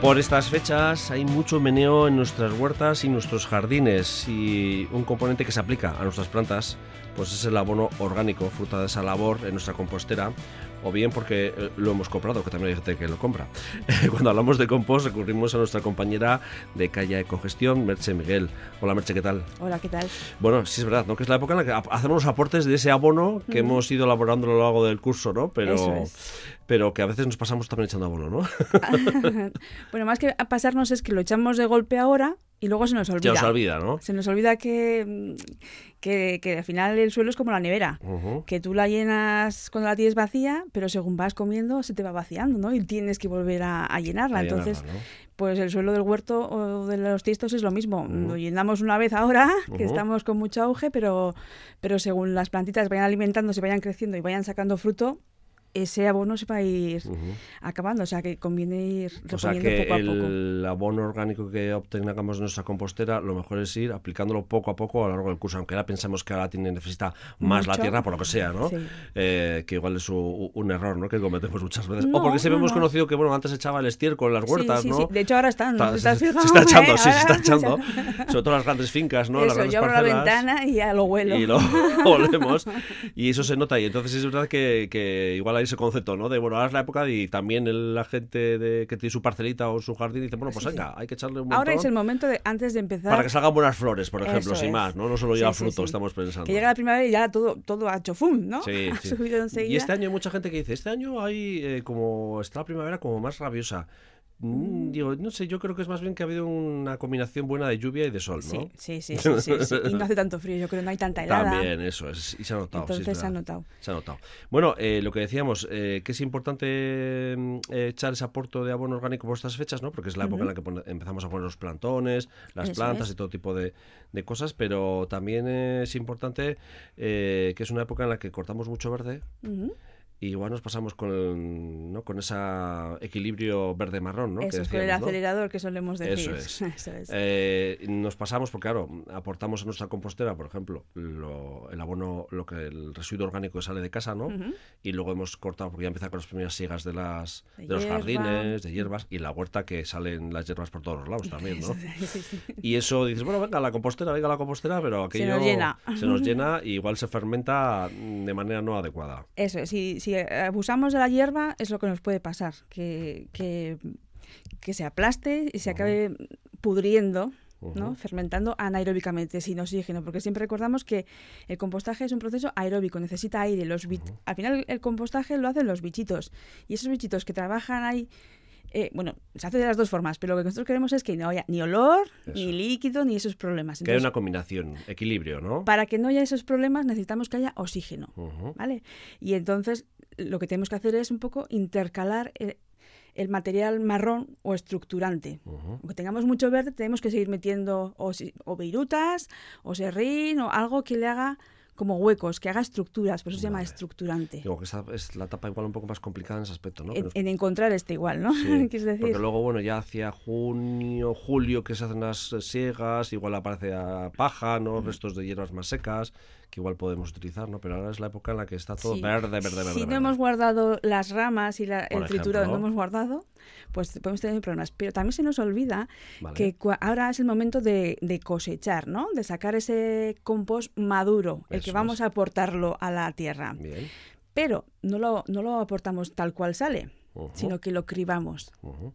Por estas fechas hay mucho meneo en nuestras huertas y nuestros jardines y un componente que se aplica a nuestras plantas pues es el abono orgánico, fruta de esa labor en nuestra compostera o bien porque eh, lo hemos comprado, que también hay gente que lo compra. Cuando hablamos de compost recurrimos a nuestra compañera de Calla Ecogestión, Merche Miguel. Hola Merche, ¿qué tal? Hola, ¿qué tal? Bueno, sí es verdad, ¿no? Que es la época en la que hacemos los aportes de ese abono que mm. hemos ido elaborando a lo largo del curso, ¿no? Pero, Eso es. pero que a veces nos pasamos también echando abono, ¿no? bueno, más que a pasarnos es que lo echamos de golpe ahora y luego se nos olvida. Ya os olvida, ¿no? Se nos olvida que, que, que al final el suelo es como la nevera, Ujú. que tú la llenas cuando la tienes vacía, pero según vas comiendo se te va vaciando, ¿no? Y tienes que volver a, a llenarla. Ahí Entonces, andarla, ¿no? pues el suelo del huerto o de los tiestos es lo mismo. Lo llenamos una vez ahora, que Ujú. estamos con mucho auge, pero, pero según las plantitas vayan alimentándose, vayan creciendo y vayan sacando fruto, ese abono se va a ir acabando. O sea que conviene ir O sea reponiendo que poco a poco. el abono orgánico que obtengamos en nuestra compostera, lo mejor es ir aplicándolo poco a poco a lo largo del curso, aunque ahora pensamos que ahora tiene, necesita más la Mucho. tierra por lo que sea, ¿no? Sí. Eh, que igual es u- un error, ¿no? Que cometemos muchas veces. No, o porque siempre no, hemos no. conocido que, bueno, antes echaba el estiércol en las Sí, huertas, sí, ¿no? sí. De hecho, ahora están, ¿no? Está- ¿Te estás se, se está fijando, echando, eh? sí, se está Ahora- echando. Sobre todo las grandes fincas, ¿no? las Eso, grandes yo abro la parcelas. ventana y ya lo huelo. Y lo olemos. Y eso se nota. Y entonces es verdad que, que igual hay ese concepto, ¿no? De, bueno, ahora es la época y también el- la gente de, que tiene su parcelita o su jardín dice, bueno, pues Sí, venga, hay que echarle un montón Ahora es el momento de, antes de empezar, para que salgan buenas flores, por ejemplo, Eso sin es. más, ¿no? No solo Sí, ya sí, fruto, sí. estamos pensando. que llega la primavera y ya todo, todo ha hecho fum, ¿no? Sí, ha sí. subido enseguida. Y este año hay mucha gente que dice, este año hay eh, como está la primavera como más rabiosa. Mm, Digo, no sé, yo creo que es más bien que ha habido una combinación buena de lluvia y de sol, ¿no? Sí, sí, sí, sí, sí, sí. Y no hace tanto frío, yo creo, no hay tanta helada. También, eso es. Y se ha notado. sí, es Entonces se ha verdad. notado. Se ha notado. Bueno, eh, lo que decíamos, eh, que es importante mm, eh, echar ese aporte de abono orgánico por estas fechas, ¿no? Porque es la época en la que pone- empezamos a poner los plantones, las Eso plantas es. y todo tipo de, de cosas, pero también eh, es importante eh, que es una época en la que cortamos mucho verde Ujú. y igual nos pasamos con, ¿no? con ese equilibrio verde-marrón, ¿no? Que Eso es con el decíamos, ¿no? acelerador que solemos decir. Eso es. Eso es. Eh, nos pasamos, porque claro, aportamos a nuestra compostera, por ejemplo, lo- el abono, lo que el residuo orgánico que sale de casa, ¿no? Ujú. Y luego hemos cortado, porque ya empieza con las primeras sigas de las de, De los hierba. jardines, de hierbas, y la huerta que salen las hierbas por todos los lados también, ¿no? Sí, sí. Y eso dices, bueno, venga, la compostera, venga la compostera, pero Se aquello nos llena. se nos llena y igual se fermenta mm, de manera no adecuada. Eso es. Si, si abusamos de la hierba, es lo que nos puede pasar. Que, que, que se aplaste y se acabe pudriendo. ¿no? fermentando anaeróbicamente sin oxígeno, porque siempre recordamos que el compostaje es un proceso aeróbico, necesita aire. Los bit- Al final el compostaje lo hacen los bichitos y esos bichitos que trabajan ahí, eh, bueno, se hace de las dos formas, pero lo que nosotros queremos es que no haya ni olor, ni Eso. líquido, ni esos problemas. que hay Entonces, una combinación, equilibrio, ¿no? para que no haya esos problemas necesitamos que haya oxígeno. Ujú. ¿vale? Y entonces lo que tenemos que hacer es un poco intercalar el, el material marrón o estructurante. Ujú. Aunque tengamos mucho verde, tenemos que seguir metiendo o, si- o virutas, o serrín, o algo que le haga como huecos, que haga estructuras, por eso se llama Vale. estructurante. Digo que esta es la etapa igual un poco más complicada en ese aspecto, ¿no? Que En, nos- en encontrar este igual, ¿no? Sí, Quieres decir. Porque luego, bueno, ya hacia junio, julio, que se hacen las eh, siegas, igual aparece a paja, ¿no? Restos de hierbas más secas, que igual podemos utilizar, ¿no? Pero ahora es la época en la que está todo Sí. verde, verde, verde. Si verde. no hemos guardado las ramas y la- el Por triturado no ejemplo. hemos guardado, pues podemos tener problemas. Pero también se nos olvida Vale. que cua- ahora es el momento de, de cosechar, ¿no? De sacar ese compost maduro, el que Eso vamos es. a aportarlo a la tierra. Bien. Pero no lo, no lo aportamos tal cual sale, Ujú. sino que lo cribamos. Ujú.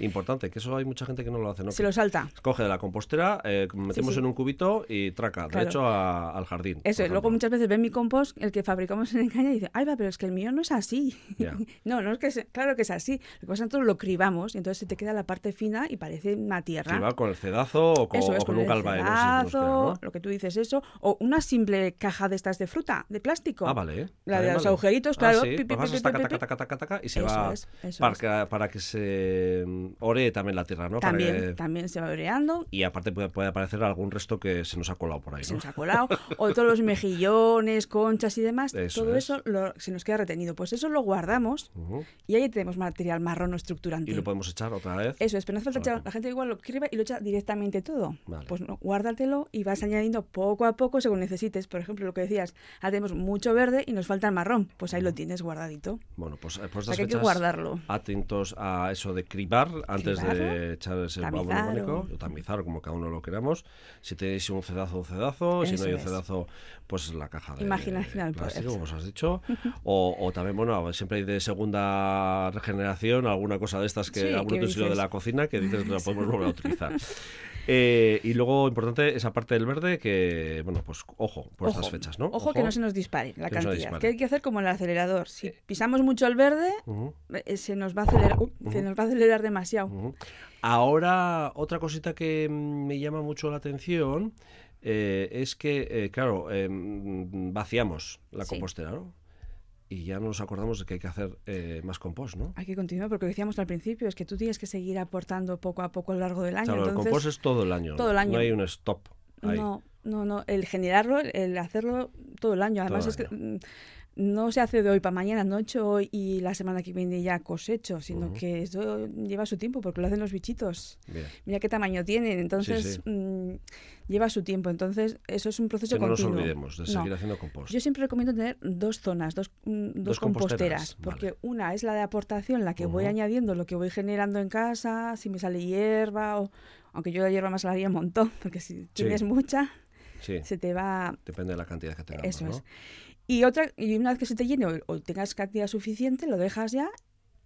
Importante, que eso hay mucha gente que no lo hace, ¿no? Se Que lo salta. Coge de la compostera, eh, metemos sí. en un cubito y traca, Claro. derecho a- al jardín. Eso, por es, luego ejemplo. muchas veces ven mi compost, el que fabricamos en Encaña, y dicen, ay, va, pero es que el mío no es así. Ya. no, no es que sea- claro que es así. Lo que pasa es que nosotros lo cribamos y entonces se te queda la parte fina y parece una tierra. Sí, va con el cedazo o con, Eso es, o con un el calvae, no sé si nos cedazo, queda, ¿no? lo que tú dices, eso, o una simple caja de estas de fruta, de plástico. Ah, vale. La Vale, de los vale. agujeritos, Ah, claro. sí, pi, pi, pasas pi, taca, pi, pi, taca, pi. taca, taca, taca, y se Eso va es, eso para, es. que, para que se mm, oree también la tierra, ¿no? Para También, que- también se va oreando, Y aparte puede, puede aparecer algún resto que se nos ha colado por ahí, se ¿no? nos ha colado, o todos los mejillones, conchas y demás, Eso todo es. eso lo- se nos queda retenido. Pues eso lo guardamos Ujú. y ahí tenemos material marrón o estructurante. Y lo podemos echar otra vez. Eso es, pero no hace falta Vale. echar, la gente igual lo escribe y lo echa directamente todo. Vale. Pues no, guárdatelo y vas añadiendo poco a poco según necesites. Por ejemplo, lo que decías, ahora tenemos mucho verde y nos falta el marrón, pues ahí lo tienes guardadito. Bueno, pues eh, por O sea estas que hay que fechas, guardarlo. atentos a eso de cribar, antes de echar ese tamizar abono orgánico, o- o tamizar, como cada uno lo queramos. Si tenéis un cedazo, un cedazo. y si no Eso hay un es. cedazo, pues la caja de Imaginación al plástico, poder. como os has dicho. O, o también, bueno, siempre hay de segunda regeneración alguna cosa de estas que Sí, algún que utensilio de dices. la cocina que dices la podemos volver a utilizar. Eh, y luego, importante, esa parte del verde que, bueno, pues ojo por estas Ojo, fechas, ¿no? Ojo, que no se nos dispare la que no se cantidad. dispare. Eh, Que hay que hacer como el acelerador. Si pisamos mucho el verde, Ujú. eh, se nos va a acelerar, uy, se nos va a acelerar demasiado. Ujú. Ahora, otra cosita que mm, me llama mucho la atención eh, es que, eh, claro, eh, mm, vaciamos la Sí. compostera, ¿no? Y ya no nos acordamos de que hay que hacer eh, más compost, ¿no? Hay que continuar, porque lo decíamos al principio, es que tú tienes que seguir aportando poco a poco a lo largo del año. claro, el entonces, compost es todo el año. todo el año. No hay un stop. ahí. No, no, no. El generarlo, el hacerlo todo el año. Además, Todo es el que mm, no se hace de hoy para mañana, no hecho hoy y la semana que viene ya cosecho, sino Ujú. que esto lleva su tiempo porque lo hacen los bichitos. Bien. Mira qué tamaño tienen, entonces sí. mm, lleva su tiempo. Entonces, eso es un proceso Que no nos continuo. olvidemos de No. seguir haciendo compost. Yo siempre recomiendo tener dos zonas, dos, mm, dos Dos composteras, composteras, porque una es la de aportación, la que voy Ujú. añadiendo, lo que voy generando en casa, si me sale hierba, o aunque yo la hierba más la haría un montón, porque si tienes mucha, sí, se te va... depende de la cantidad que tengamos, Eso ¿no? es. Y, otra, y una vez que se te llene o, o tengas cantidad suficiente, lo dejas ya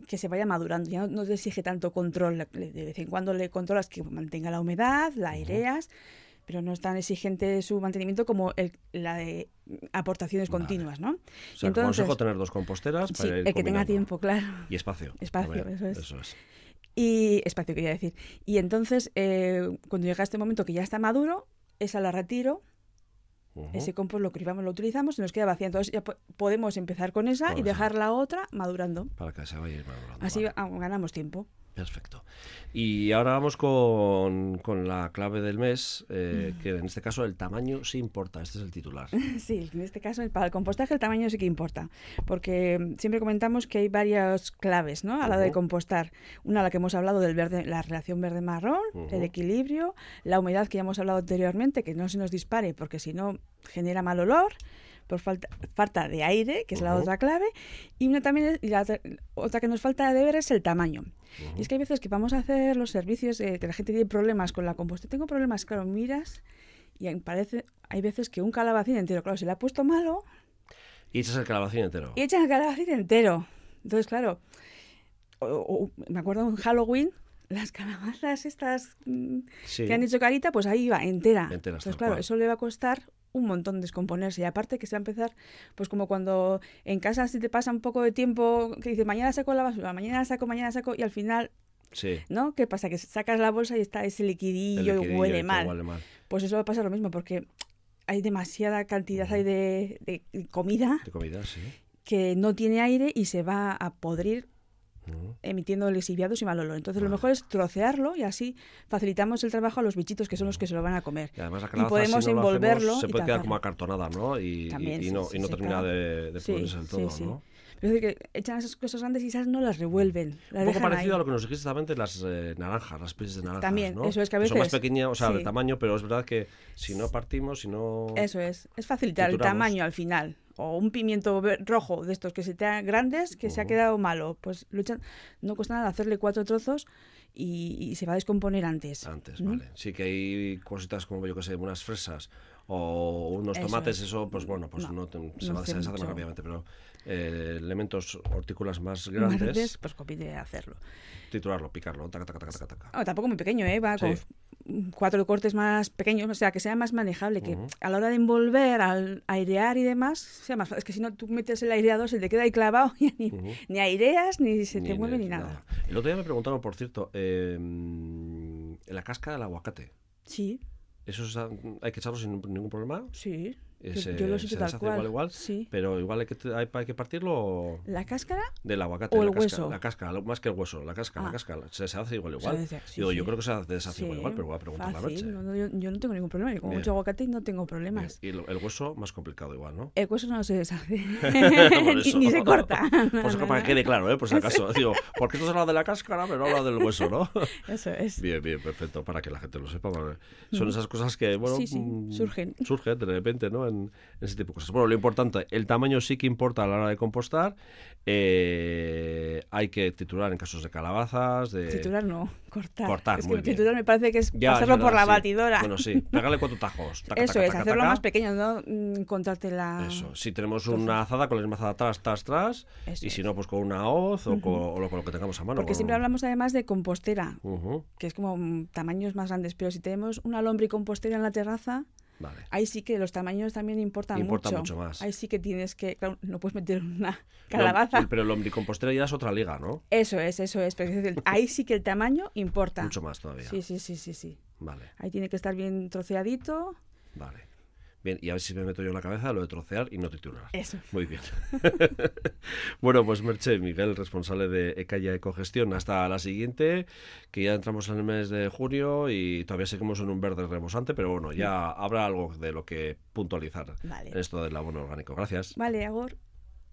que se vaya madurando, ya no, no te exige tanto control, Le- de vez en cuando le controlas que mantenga la humedad, la aireas, pero no es tan exigente su mantenimiento como el- la de aportaciones Vale. continuas, ¿no? O sea, Entonces- aconsejo tener dos composteras para Sí, ir el que tenga combinando. tiempo, claro. Y espacio. Espacio, también. eso es. Eso es. Y espacio, quería decir. Y entonces, eh, cuando llega este momento que ya está maduro, esa la retiro, Ujú. ese compost lo cribamos, lo utilizamos y nos queda vacía. Entonces ya po- podemos empezar con esa Con y esa. dejar la otra madurando. Para que se vaya a ir madurando, Así vale. ah, ganamos tiempo. Perfecto. Y ahora vamos con, con la clave del mes, eh, que en este caso el tamaño sí importa. Este es el titular. Sí, en este caso, para el compostaje el tamaño sí que importa, porque mm, siempre comentamos que hay varias claves ¿no? a la hora de Ujú. compostar. Una, la que hemos hablado del verde, la relación verde-marrón, el Ujú. equilibrio, la humedad que ya hemos hablado anteriormente, que no se nos dispare porque si no genera mal olor, por falta, falta de aire, que es la Ujú. otra clave, y una también es- y la otra- otra que nos falta de ver es el tamaño. Y es que hay veces que vamos a hacer los servicios, eh, que la gente tiene problemas con la composta. Tengo problemas, claro, miras y en- parece, hay veces que un calabacín entero, claro, se le ha puesto malo Y ese es el calabacín entero. y echan el calabacín entero. Entonces, claro, o- o- me acuerdo en Halloween, las calabazas estas mm, Sí. que han hecho carita, pues ahí va, entera. Enteras, tal Entonces, claro, cual. eso le va a costar un montón descomponerse. Y aparte que se va a empezar, pues como cuando en casa si te pasa un poco de tiempo, que dices, mañana saco la basura, mañana saco, mañana saco, y al final Sí, ¿no? ¿Qué pasa? Que sacas la bolsa y está ese el liquidillo, y liquidillo huele y todo mal. huele mal. Pues eso pasa lo mismo, porque hay demasiada cantidad hay de, de comida De comida, sí. que no tiene aire y se va a podrir Ujú. emitiendo lesiviados y mal olor. Entonces lo Vale. mejor es trocearlo y así facilitamos el trabajo a los bichitos que son los que se lo van a comer. Y además la Y calabaza, podemos si no lo hacemos, envolverlo se y puede quedar como taparlo. acartonada, ¿no? Y, y- También, y sí, no, sí, y no se termina seca. de, de Sí, pudrirse del sí, todo, sí. ¿no? Pero es decir, que echan esas cosas grandes y esas no las revuelven. Las Un poco dejan parecido ahí. a lo que nos dijiste también de las eh, naranjas, las piezas de naranjas, También, ¿no? eso es que a son más veces- pequeñas, o sea, de sí. tamaño, pero es verdad que si no partimos, si no... Eso es, es facilitar el Trituramos. tamaño al final. O un pimiento ver- rojo de estos que se te han grandes que se ha Ujú. quedado malo. Pues luchan, no cuesta nada hacerle cuatro trozos y, y se va a descomponer antes. Antes, ¿Mm? vale. Sí que hay cositas como, yo que sé, unas fresas o unos Eso tomates, es. eso, pues bueno, pues no, No, te- se no va a hace deshacer más mucho. rápidamente, pero eh, elementos, hortícolas más Más grandes, verdes, pues conviene hacerlo. triturarlo, picarlo, taca, taca, taca, taca, taca. No, tampoco muy pequeño, ¿eh? Va Sí. con cuatro cortes más pequeños, o sea, que sea más manejable, que Ujú. a la hora de envolver, al airear y demás, sea más fácil. Es que si no, tú metes el aireador, se te queda ahí clavado y ni, Ujú. ni aireas, ni se te mueve, ni nada. El otro día me preguntaron, por cierto, eh, la casca del aguacate. Sí, Eso es- hay que echarlo sin ningún problema, sí. Yo- Se- yo lo he se hecho tal deshace cual. igual, igual. Sí. pero igual hay que, hay, hay que partirlo o- La cáscara Del aguacate, O la el casca, hueso. la casca, lo- más que el hueso, la casca, la Ah. casca, la- se, se hace igual igual. deshace, sí, Digo, yo sí. creo que se hace- deshace igual Sí, igual, pero voy a preguntar a la fácil, Merche. no, no, yo, yo no tengo ningún problema. Yo como Bien. mucho aguacate y no tengo Bien, problemas. Y lo- el hueso más complicado igual, ¿no? El hueso no se deshace. Por ni, eso. ni se corta. Por eso que para que quede claro, ¿eh? Por si acaso. Digo, porque esto se habla de la cáscara, pero no habla del hueso, ¿no? Eso es. Bien, bien, perfecto, para que la gente lo sepa. vale. Son esas cosas que, bueno, Mm. Sí, sí, mm, surgen. Surgen de repente, ¿no? En, en ese tipo de cosas. Bueno, lo importante, el tamaño sí que importa a la hora de compostar. Eh, hay que triturar en casos de calabazas, de... Triturar no, cortar. Cortar, es muy que bien. triturar me parece que es Ya, hacerlo es verdad, por la sí. batidora. Bueno, sí, pégale cuatro tajos. taca, Eso taca, es, taca, hacerlo taca. más pequeño, no Mm, encontrarte la... Eso, si tenemos una azada, con la misma azada tras, tras, tras, Eso y si es. no, pues con una hoz o, con, o lo- con lo que tengamos a mano. Porque con- siempre hablamos además de compostera, Ujú, que es como mm, tamaños más grandes, pero si tenemos una lombricompostera en la terraza, Vale. ahí sí que los tamaños también importan Importa mucho. mucho más. Ahí sí que tienes que, claro, no puedes meter una Lo- calabaza. el- pero el lombricompostera ya es otra liga, ¿no? Eso es, eso es. pero es decir, ahí sí que el tamaño importa. Mucho más todavía. Sí, sí, sí, sí, sí. Vale, Ahí tiene que estar bien troceadito. vale. Bien, y a ver si me meto yo en la cabeza lo de trocear y no triturar. Eso. Muy bien. bueno, pues Merche Miguel, responsable de Ecaya Ecogestión. Hasta la siguiente, que ya entramos en el mes de junio y todavía seguimos en un verde rebosante, pero bueno, ya habrá algo de lo que puntualizar Vale. en esto del abono orgánico. Gracias. Vale, Agor.